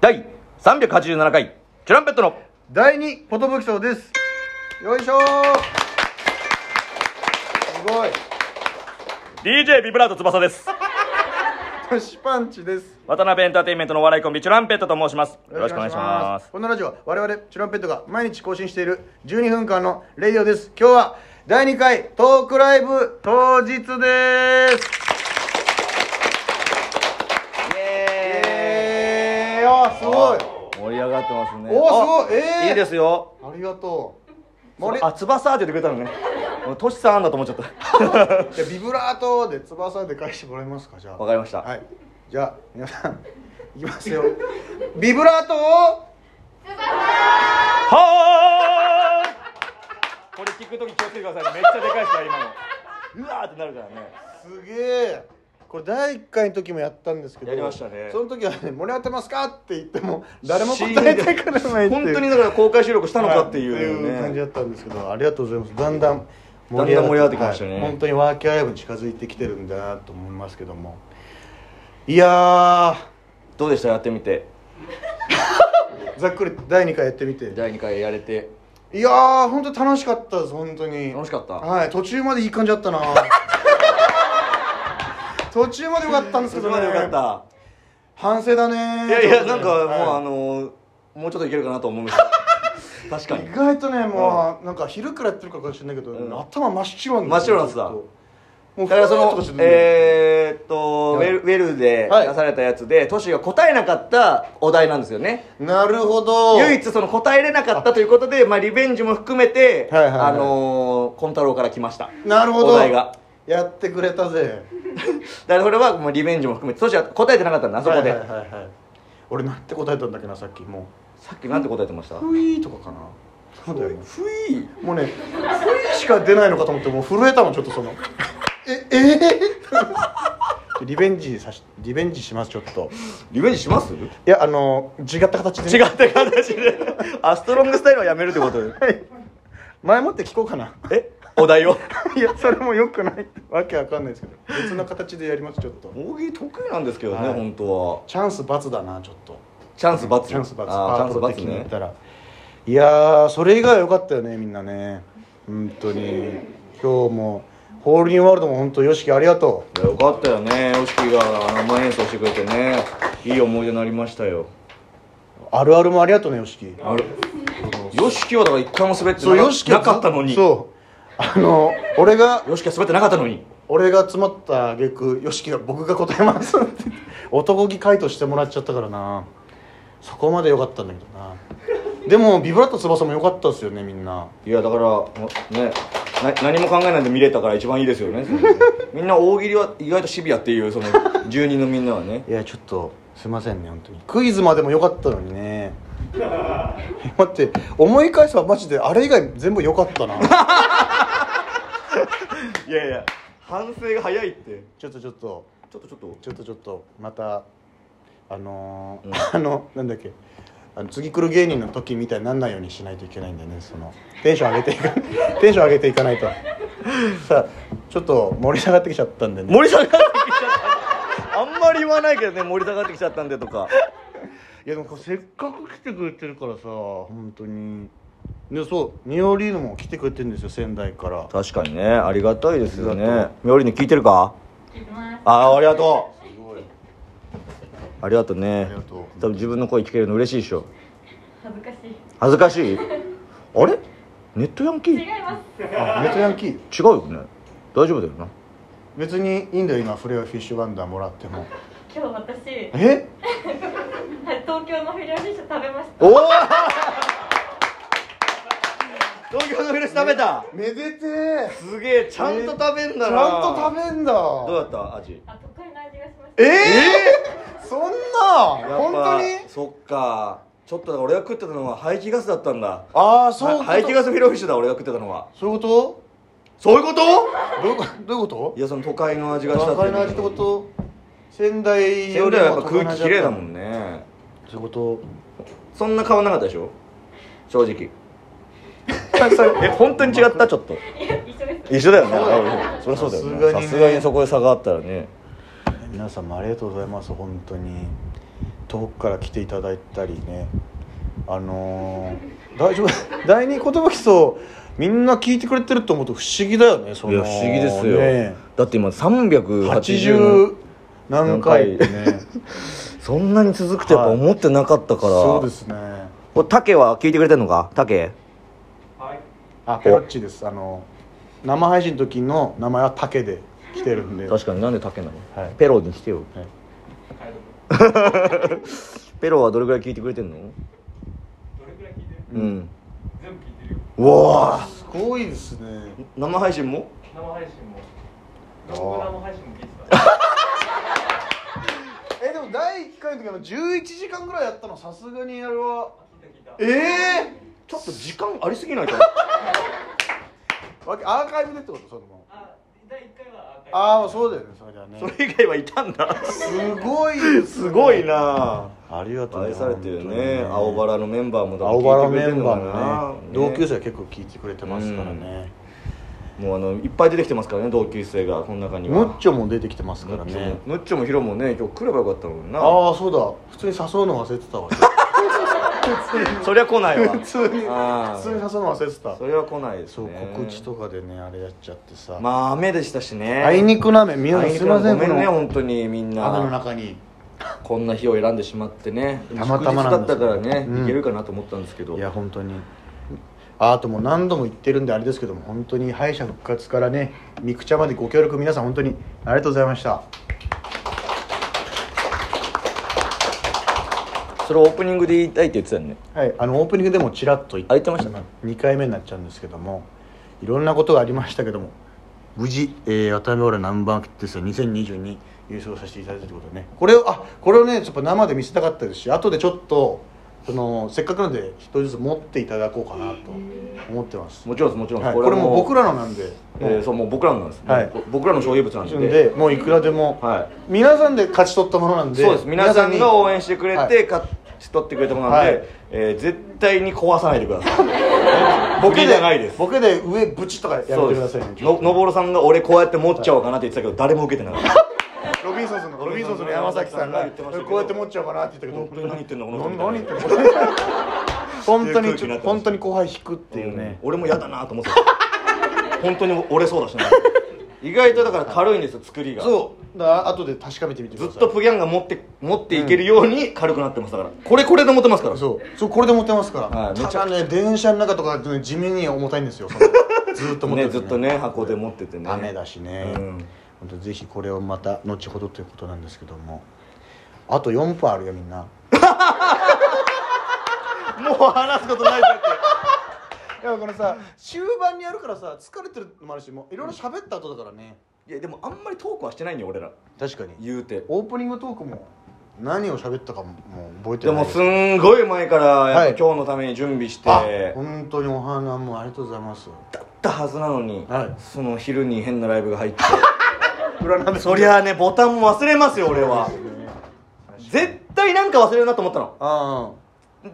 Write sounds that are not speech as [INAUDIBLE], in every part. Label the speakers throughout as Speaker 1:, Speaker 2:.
Speaker 1: 第387回チュランペットの
Speaker 2: 第二ポトブキソですよいしょーすごい
Speaker 1: DJ ビブラート翼です
Speaker 2: トシパンチです
Speaker 1: 渡辺エンターテインメントのお笑いコンビチュランペットと申しますよろしくお願いします
Speaker 2: このラジオは我々チュランペットが毎日更新している12分間のレディオです今日は第二回トークライブ当日ですえー、あすごい
Speaker 1: 盛り上がってますね
Speaker 2: おーすごい
Speaker 1: あ
Speaker 2: えー
Speaker 1: いいですよ
Speaker 2: ありがとう
Speaker 1: あ
Speaker 2: 森
Speaker 1: れあ翼って言ってくれた
Speaker 2: [LAUGHS]
Speaker 1: のね俺トシさんだと思っちゃった
Speaker 2: じゃあビブラートで翼で返してもらえますかじゃあ
Speaker 1: わかりました
Speaker 2: はいじゃあ皆さんいきますよビブラートを
Speaker 1: はーこれ聞くとき気をつけてくださいめっちゃでかいっすよ今のうわーってなるからね
Speaker 2: すげえこれ第1回の時もやったんですけど
Speaker 1: やりましたね
Speaker 2: その時はね「盛り上がってますか?」って言っても誰も答えてくれないっていう
Speaker 1: 本当にだから公開収録したのかってい
Speaker 2: は
Speaker 1: う
Speaker 2: っていう感じ
Speaker 1: ね
Speaker 2: だったんですけどありがとうございますだんだん
Speaker 1: だんだん盛り上がってきましたね
Speaker 2: はい本当にワーキャーライブに近づいてきてるんだなと思いますけどもいや
Speaker 1: どうでしたやってみて
Speaker 2: ーざっくり第2回やってみて
Speaker 1: 第2回やれて
Speaker 2: いやー本当楽しかったです本当に
Speaker 1: 楽しかった
Speaker 2: はい途中までいい感じだっ
Speaker 1: [LAUGHS]
Speaker 2: たな途中までよかったんですけ
Speaker 1: それ
Speaker 2: ど
Speaker 1: ま
Speaker 2: ね
Speaker 1: でよかった
Speaker 2: 反省だね
Speaker 1: いやいやなんかもうあ
Speaker 2: の
Speaker 1: のーもうちょっといけるかな
Speaker 2: [LAUGHS]
Speaker 1: と思うんですけど確かに
Speaker 2: 意外とねもうなんか昼からやってるからかもしれないけど、
Speaker 1: ん
Speaker 2: 頭真っ白なん
Speaker 1: 真っ白なんです
Speaker 2: ずと
Speaker 1: わ
Speaker 2: もう
Speaker 1: だからそ
Speaker 2: ふわっと
Speaker 1: の
Speaker 2: して、て
Speaker 1: えーっと、
Speaker 2: はい
Speaker 1: ウェルウェルで
Speaker 2: はい
Speaker 1: 出されたやつで、トシが答えなかったお題なんですよね。
Speaker 2: なるほど
Speaker 1: 唯一その答えれなかったということで、まあリベンジも含めて、
Speaker 2: はいはいはい
Speaker 1: あのー、コンタロウから来ました。
Speaker 2: なるほど
Speaker 1: お題が。
Speaker 2: やってくれたぜ
Speaker 1: だからそれはもうリベンジも含めて、トシは答えてなかったんだ、あそこで。
Speaker 2: はいはいはいはい俺なんて答えたんだっけなさっきも
Speaker 1: さっきなんて答えてました
Speaker 2: うふいーとかかなそうだよね
Speaker 1: ふい
Speaker 2: もうね、ふいしか出ないのかと思って、もう震えたもん、ちょっとその。え、えーリベンジさし、リベンジします、ちょっと。
Speaker 1: リベンジします違
Speaker 2: いや、あの、違った形で、
Speaker 1: った形で。あ、ストロングスタイルはやめるってことで。
Speaker 2: [LAUGHS] 前もって聞こうかな。
Speaker 1: えお題を
Speaker 2: いや、それもよくない。わけわかんないですけど。別な形でやります、ちょっと。
Speaker 1: 大喜利得意なんですけどね、
Speaker 2: はい
Speaker 1: 本当は。
Speaker 2: チャンス罰だな、ちょっと。
Speaker 1: チャンスバツ。
Speaker 2: チャンス罰。
Speaker 1: あーチャンス
Speaker 2: パー
Speaker 1: バ
Speaker 2: プ
Speaker 1: ツ
Speaker 2: ロ的に言
Speaker 1: ね
Speaker 2: っ。たら。いやー、それ以外は良かったよね、みんなね。本当に。今日も、ホールニューワールドも本当、よしきありがとう。
Speaker 1: いやよかったよね、ヨシキが生演奏してくれてね、いい思い出になりましたよ。
Speaker 2: あるあるもありがとうね、よしき。
Speaker 1: あれヨシキはだから一回も滑って
Speaker 2: そう、よしき
Speaker 1: なかなかったのに、ヨ
Speaker 2: そう。あの、俺が、
Speaker 1: シキは滑ってなかったのに、
Speaker 2: 俺が詰まった挙句、よしきが僕が答えますって言って。男気回答してもらっちゃったからな。そこまで良かったんだけどな。でも、ビブラット翼も良かったですよね、みんな。
Speaker 1: いや、だから、ね、な何も考えないで見れたから一番いいですよね、 [LAUGHS] それみんな大喜利は意外とシビアっていう、その住人のみんなはね、
Speaker 2: いや、ちょっと、すいませんね、本当に。クイズまでも良かったのにね。え待って、思い返せばマジで、あれ以外全部良かったな。
Speaker 1: いやいや、反省が早いって、
Speaker 2: ちょっとちょっと。
Speaker 1: ちょっとちょっと、
Speaker 2: ちょっとちょっとまたあのー [LAUGHS] あのなんだっけあの次来る芸人の時みたいになんないようにしないといけないんだよねそのテンション上げてい [LAUGHS] かテンション上げていかないとさあちょっと盛り上がってきちゃったんでね
Speaker 1: 盛り下がってきちゃった、あんまり言わないけどね、盛り下がってきちゃったんでとか、
Speaker 2: いやでもこれせっかく来てくれてるからさ本当にでそうニオリーヌも来てくれてるんですよ仙台から
Speaker 1: 確かにね、ありがたいですよ
Speaker 2: ありが
Speaker 1: ね
Speaker 2: と、
Speaker 1: ミオリに聞いてるか
Speaker 3: 行きます。
Speaker 1: あーありがとう
Speaker 2: すごい
Speaker 1: ありがとうね
Speaker 2: ありがとう
Speaker 1: 多分自分の声聞けるの嬉しいでしょ
Speaker 3: 恥ずかしい。
Speaker 1: 恥ずかしいあれネットヤンキー違
Speaker 3: 違います。
Speaker 2: あネットヤンキー
Speaker 1: うよね大丈夫だよな
Speaker 2: 別にいいんだよ今フレアフィッシュワンダーもらっても
Speaker 3: 今日私、はい
Speaker 2: え
Speaker 3: 東京のフィレオフィッシュ食べました。
Speaker 1: おお東京のフィレス食べた
Speaker 2: めでてえ
Speaker 1: すげえちゃんと食べんだ
Speaker 2: ち
Speaker 1: な
Speaker 2: ゃんと食べんだ
Speaker 1: どうだった味
Speaker 3: あ、都会の味がしました。
Speaker 2: ええそんな本当に
Speaker 1: やっぱそっかちょっとだから俺が食ってたのは排気ガスだったんだ
Speaker 2: ああそういう
Speaker 1: は
Speaker 2: こと
Speaker 1: 排気ガスフィレオフィッシュだ俺が食ってたのは
Speaker 2: そういうこ
Speaker 1: そういうこと
Speaker 2: とどういうことどういうこ
Speaker 1: いやその都会の味
Speaker 2: と
Speaker 1: がした
Speaker 2: 都会の味ってこと仙台
Speaker 1: 仙
Speaker 2: よりも
Speaker 1: 台はやっぱ
Speaker 2: 都会の
Speaker 1: 空
Speaker 2: 味
Speaker 1: 気綺麗
Speaker 2: った
Speaker 1: だもんね
Speaker 2: そういうこと
Speaker 1: そんな変わんなかったでしょ正
Speaker 2: [LAUGHS]
Speaker 1: 直
Speaker 2: それ
Speaker 1: え本当に違ったちょっと
Speaker 3: いや、一緒です。
Speaker 1: 一緒だよね
Speaker 2: そうだよ
Speaker 1: あそりゃそうだよ
Speaker 2: さすが
Speaker 1: ね
Speaker 2: にね
Speaker 1: さすがにそこで差があったらね
Speaker 2: 皆さんもありがとうございます本当に遠くから来ていただいたりねあのー大丈夫 [LAUGHS] 第二言葉基礎みんな聞いてくれてると思うと不思議だよねそ
Speaker 1: い
Speaker 2: の
Speaker 1: や不思議ですよ、
Speaker 2: ね
Speaker 1: だって今380
Speaker 2: 80何回ってね
Speaker 1: そんなに続くとやっぱ
Speaker 2: はい
Speaker 1: 思ってなかったから、
Speaker 2: そうですね
Speaker 1: これタケは聞いてくれてるのかタケ
Speaker 2: あペロッチですあの生配信の時の名前は竹で来てるんで
Speaker 1: 確かになんでタケなの、
Speaker 2: はい
Speaker 1: ペロにしてよ
Speaker 2: はい
Speaker 1: ペロはどれぐらい聞いてくれてんの
Speaker 4: どれくらい聞いてる
Speaker 1: うん
Speaker 4: 全部聞いてるよ
Speaker 1: うわあ
Speaker 2: すごいですね
Speaker 1: 生配信も
Speaker 4: 生配信も
Speaker 2: あー
Speaker 4: 僕生配信も聞いてた
Speaker 2: えでも第1回の時あの11時間ぐらいやったのさすがにあれは
Speaker 4: 聞いた聞いた
Speaker 2: ええ
Speaker 1: ちょっと時間ありすぎないかな
Speaker 2: ー、わけアーカイブでってことそれも
Speaker 4: あ第一回は赤い
Speaker 2: ああそうだよ [LAUGHS] ねそれだね
Speaker 1: それ以外はいたんだ
Speaker 2: すごいです
Speaker 1: すごい
Speaker 2: [LAUGHS]
Speaker 1: な
Speaker 2: ありがとう
Speaker 1: 愛されてる
Speaker 2: 本当に
Speaker 1: ね青バラのメンバーも多
Speaker 2: 青
Speaker 1: 分聞いて
Speaker 2: バラ
Speaker 1: く
Speaker 2: メ
Speaker 1: れてん
Speaker 2: ン
Speaker 1: のか
Speaker 2: バ
Speaker 1: な
Speaker 2: ーも
Speaker 1: ね
Speaker 2: ね同級生は結構聞いてくれてますからね、
Speaker 1: もうあのいっぱい出てきてますからね同級生がこの中に
Speaker 2: ム
Speaker 1: は
Speaker 2: ッチョも出てきてますから
Speaker 1: ムッチョ
Speaker 2: ね
Speaker 1: もムッチョもヒロもね今日来ればよかったのにな
Speaker 2: ああそうだ普通に誘うの忘れてたわ
Speaker 1: そりゃ来ないわ
Speaker 2: 普通に
Speaker 1: あー
Speaker 2: 普通に誘うの忘れてた
Speaker 1: それは来ないです
Speaker 2: そう
Speaker 1: ね
Speaker 2: 告知とかでねあれやっちゃってさ、
Speaker 1: まあ雨でしたしね
Speaker 2: あいにくな雨
Speaker 1: あ
Speaker 2: みんない
Speaker 1: に
Speaker 2: す
Speaker 1: く
Speaker 2: いません
Speaker 1: ごめんね
Speaker 2: この
Speaker 1: 本当にみん
Speaker 2: 雨の
Speaker 1: な
Speaker 2: 中に
Speaker 1: こんな日を選んでしまってね
Speaker 2: たまたま
Speaker 1: 祝
Speaker 2: な
Speaker 1: 日
Speaker 2: んで
Speaker 1: だ
Speaker 2: す
Speaker 1: ったからね、
Speaker 2: うん
Speaker 1: いけるかなと思ったんですけど
Speaker 2: いや本当にああともう何度も言ってるんであれですけども本当に敗者復活からねミクチャまでご協力皆さん本当にありがとうございました
Speaker 1: それオープニングで言いたいって言ってたよね
Speaker 2: はいあのオープニングでもちらっと言っ
Speaker 1: あ言ってましたね
Speaker 2: 2回目になっちゃうんですけどもいろんなことがありましたけども無事、えー、渡辺オーラナンバーですよ2022優勝させていただいたということでねこれをあこれをねやっぱ生で見せたかったですし後でちょっとそのせっかくなんで一人ずつ持っていただこうかなと思ってます、
Speaker 1: もちろんですもちろんです、
Speaker 2: はい、これも僕
Speaker 1: ら、
Speaker 2: らのなんで、
Speaker 1: えーそうもう僕らのなんです、
Speaker 2: はい
Speaker 1: 僕らの所有物なんで
Speaker 2: でもういくらでも、
Speaker 1: は
Speaker 2: 皆さんで勝ち取ったものなん
Speaker 1: い、
Speaker 2: で
Speaker 1: そうです皆さんが応援してくれて、
Speaker 2: はい
Speaker 1: 勝ち取ってくれたものなんで、
Speaker 2: はい
Speaker 1: えー絶対に壊さないでくだ
Speaker 2: [LAUGHS]
Speaker 1: さい
Speaker 2: ボケ
Speaker 1: じ
Speaker 2: で
Speaker 1: ゃないです
Speaker 2: ボケで上ブチとかやめて
Speaker 1: そう
Speaker 2: く
Speaker 1: で
Speaker 2: だ
Speaker 1: す
Speaker 2: さいね
Speaker 1: ののぼろさんが俺こうやって持っちゃおうかなって言ってたけど誰も受けてなかった
Speaker 2: ロビンソンズのロビンソンズの山崎さんがこうやって持っちゃおうかなって言ったけど
Speaker 1: 本当に何言ってんのこの人
Speaker 2: な何言ってんの本当
Speaker 1: っていう空気にな
Speaker 2: に
Speaker 1: ってます
Speaker 2: 本当に後輩引くっていうね
Speaker 1: うん、俺も嫌だなと思ってた本当に折れそう
Speaker 2: [LAUGHS]
Speaker 1: だしね意外とだから軽いんですよ作りが
Speaker 2: そうだから後で確かめてみてくだ
Speaker 1: ず
Speaker 2: さ
Speaker 1: っ
Speaker 2: い
Speaker 1: とプギャンが持って持っていけるように軽くなってますだからこれこれで持てますから
Speaker 2: そうそうこれで持ってますから、
Speaker 1: はいめちゃ
Speaker 2: ただね電車の中とかだとね地味に重たいんですよ
Speaker 1: [LAUGHS]
Speaker 2: そのずっと持っ
Speaker 1: ね
Speaker 2: てる
Speaker 1: ずっとね箱で持っててね
Speaker 2: 雨だしね、
Speaker 1: う
Speaker 2: ほ
Speaker 1: ん
Speaker 2: ん、本当ぜひこれをまた後ほどということなんですけどもあと4分あるよみんな
Speaker 1: [LAUGHS] もう話すことないだ
Speaker 2: [LAUGHS] いやこのさ終盤にやるからさ疲れてるのもあるしもういろいろ喋った後だからね、
Speaker 1: けいやでもあんまりトークはしてないんよ俺ら
Speaker 2: 確かに
Speaker 1: 言うて
Speaker 2: オープニングトークも何を喋ったかももう覚えて
Speaker 1: で
Speaker 2: ない
Speaker 1: もすんごい前からやっぱ
Speaker 2: はい
Speaker 1: 今日のために準備して、
Speaker 2: あ本当にお花もありがとうございます
Speaker 1: だったはずなのに、
Speaker 2: はい
Speaker 1: その昼に変なライブが入って
Speaker 2: [LAUGHS] 裏鍋
Speaker 1: そりゃあねボタンも忘れますよ俺は絶対なんか忘れるなと思ったの
Speaker 2: あ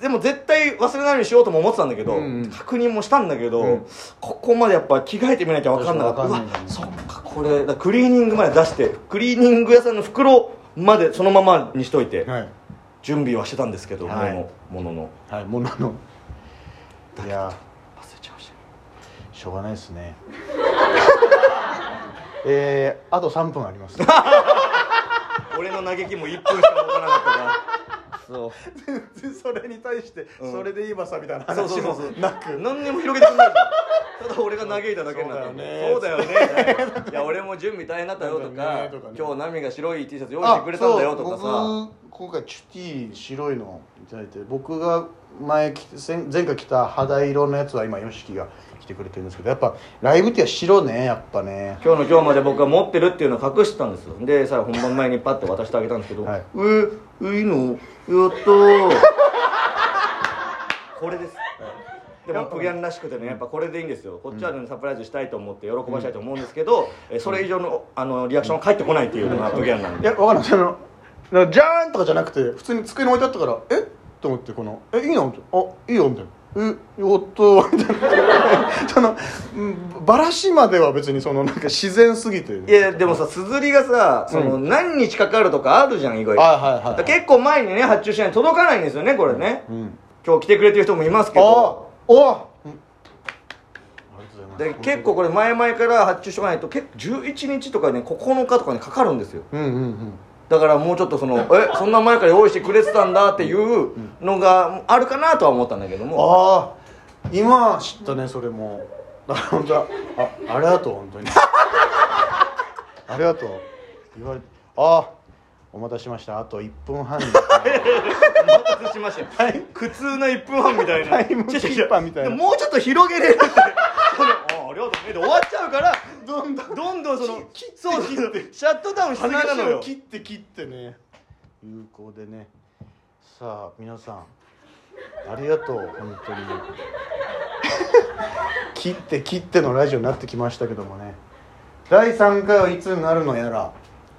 Speaker 1: でも絶対忘れないようにしようとも思ってたんだけど、
Speaker 2: うんうん
Speaker 1: 確認もしたんだけど、
Speaker 2: うん
Speaker 1: ここまでやっぱ着替えてみなきゃ分かんなかったう
Speaker 2: 確か
Speaker 1: わ
Speaker 2: に分かんない
Speaker 1: そっかこれだからクリーニングまで出してクリーニング屋さんの袋までそのままにしといて、
Speaker 2: あはい
Speaker 1: 準備はしてたんですけど、
Speaker 2: はい
Speaker 1: ものものの
Speaker 2: はいもうなのいや
Speaker 1: 忘れちゃいました
Speaker 2: しょうがないで
Speaker 1: [LAUGHS]
Speaker 2: すねえー、あと3分あり [LAUGHS] ます
Speaker 1: 俺の嘆きも1分しか持たなかったからそう
Speaker 2: それに対して
Speaker 1: うん
Speaker 2: それでいいばさみたいな
Speaker 1: そうそ
Speaker 2: 話
Speaker 1: うそう
Speaker 2: も
Speaker 1: そう
Speaker 2: なく
Speaker 1: 何にも広げてくんないただ俺が嘆いただけになった
Speaker 2: そうだよ
Speaker 1: ねいや俺も準備大変だったよと
Speaker 2: そうだ
Speaker 1: か
Speaker 2: よねとかね
Speaker 1: 今日ナミが白い T シャツ用意してくれたんだよとかさ
Speaker 2: あそう僕今回チュティ白いのいただいて僕が前着て前前回着た肌色のやつは今 YOSHIKI が着てくれてるんですけどやっぱライブっては白ねやっぱね
Speaker 1: 今日の今日まで僕は持ってるっていうのを隠してたんですよでさ本番前にパッと渡してあげたんですけど「
Speaker 2: はい
Speaker 1: えーいいのやったー」これですでもプギャンらしくてねやっぱこれでいいんですよこっちはねサプライズしたいと思って喜ばしたいと思うんですけど、えそれ以上のあのリアクションが返ってこないっていうのがプギャンなん
Speaker 2: い
Speaker 1: で
Speaker 2: やわかんないその「なんかじゃーん!」とかじゃなくて普通に机に置いてあったから「えっ?」と思ってこの「えいいの?」って「あいいよ」みたいな「えおっと」みた [LAUGHS] いなそのうんばらしまでは別にそのなんか自然すぎて
Speaker 1: いやでもさすずりがさその、
Speaker 2: う
Speaker 1: 何日かかるとかあるじゃん意外と、
Speaker 2: はいはいはい
Speaker 1: だから結構前にね発注しないと届かないんですよねこれね、
Speaker 2: うん
Speaker 1: 今日来てくれてる人もいますけ
Speaker 2: ああ
Speaker 1: ど
Speaker 2: おありがとうござい
Speaker 1: で
Speaker 2: ます
Speaker 1: 結構これ前々から発注しとかないと結構11日とかね9日とかにかかるんですよ
Speaker 2: うんうんうん
Speaker 1: だからもうちょっとその「えそんな前から用意してくれてたんだ」っていうのがあるかなとは思ったんだけども
Speaker 2: ああ今知ったねそれもだから本当だあありがとう本当に [LAUGHS] ありがとう言われああお待たせしましたあと1分半ですね
Speaker 1: お待たせしました、はい、苦痛な1分半みたいな
Speaker 2: タイムキーパーみたいな
Speaker 1: でももうちょっと広げれるってそのあありがとうねで終わっちゃうから
Speaker 2: どんどん
Speaker 1: どんどんそのそうそうシャットダウンしすぎな
Speaker 2: 話
Speaker 1: の
Speaker 2: を
Speaker 1: よ
Speaker 2: 切って切ってね有効でねさあ皆さんありがとう本当に [LAUGHS] 切って切ってのラジオになってきましたけどもね第3回はいつになるのやら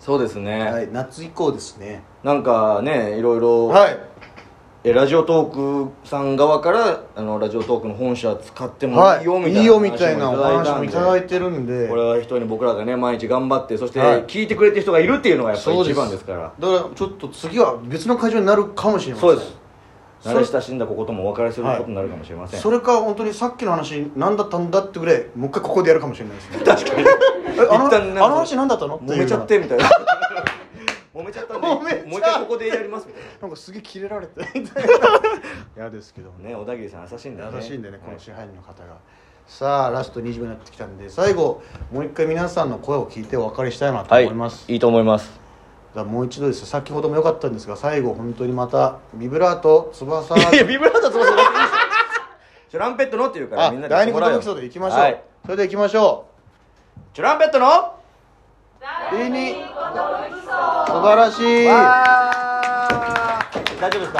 Speaker 1: そうですね、
Speaker 2: はい、夏以降ですね。
Speaker 1: なんかねいろいろ、
Speaker 2: はい。
Speaker 1: えラジオトークさん側からあのラジオトークの本社使っても
Speaker 2: は
Speaker 1: い
Speaker 2: い
Speaker 1: よみたい
Speaker 2: い
Speaker 1: な、
Speaker 2: いよみたいなお話もいただ
Speaker 1: て
Speaker 2: いてるんで。
Speaker 1: これは人に僕らがね毎日頑張ってそして
Speaker 2: はい
Speaker 1: 聞いてくれてる人がいるっていうのがやっぱり
Speaker 2: そう
Speaker 1: 一番ですから
Speaker 2: だからちょっと次は別の会場になるかもしれません。
Speaker 1: そうです
Speaker 2: そ
Speaker 1: 慣れ親しんだこともお別れすることになるかもしれません、
Speaker 2: それか本当にさっきの話何だったんだってぐらいもう一回ここでやるかもしれないですね
Speaker 1: 確かに
Speaker 2: えあの
Speaker 1: 一旦なん
Speaker 2: あ
Speaker 1: か
Speaker 2: の話何だったのていう
Speaker 1: 揉めちゃってみたいな揉めちゃったんで
Speaker 2: [LAUGHS] 揉めちゃって
Speaker 1: もう一回ここでやりますみたい
Speaker 2: なんかすげえキレられてみたいなやですけども
Speaker 1: な
Speaker 2: ね
Speaker 1: ね小田切さん優しいんだよね
Speaker 2: 優しいんでねこ
Speaker 1: は
Speaker 2: の支配人の方が、さあラスト20秒になってきたんで最後もう一回皆さんの声を聞いてお別れしたいなと
Speaker 1: はい
Speaker 2: 思います、
Speaker 1: いいと思います
Speaker 2: だからもう一度ですよ先ほども良かったんですが最後本当にまたビブラート翼
Speaker 1: いやビブラート翼だけいいですよチュランペットのって言うから
Speaker 2: あ
Speaker 1: みんな
Speaker 2: 第二
Speaker 1: 行
Speaker 2: 言
Speaker 1: こうよ
Speaker 2: 武器でいきましょう、
Speaker 1: はい
Speaker 2: それでは行きましょ
Speaker 1: チュランペットのわ
Speaker 2: う第二素晴らしい
Speaker 1: ー大丈夫ですか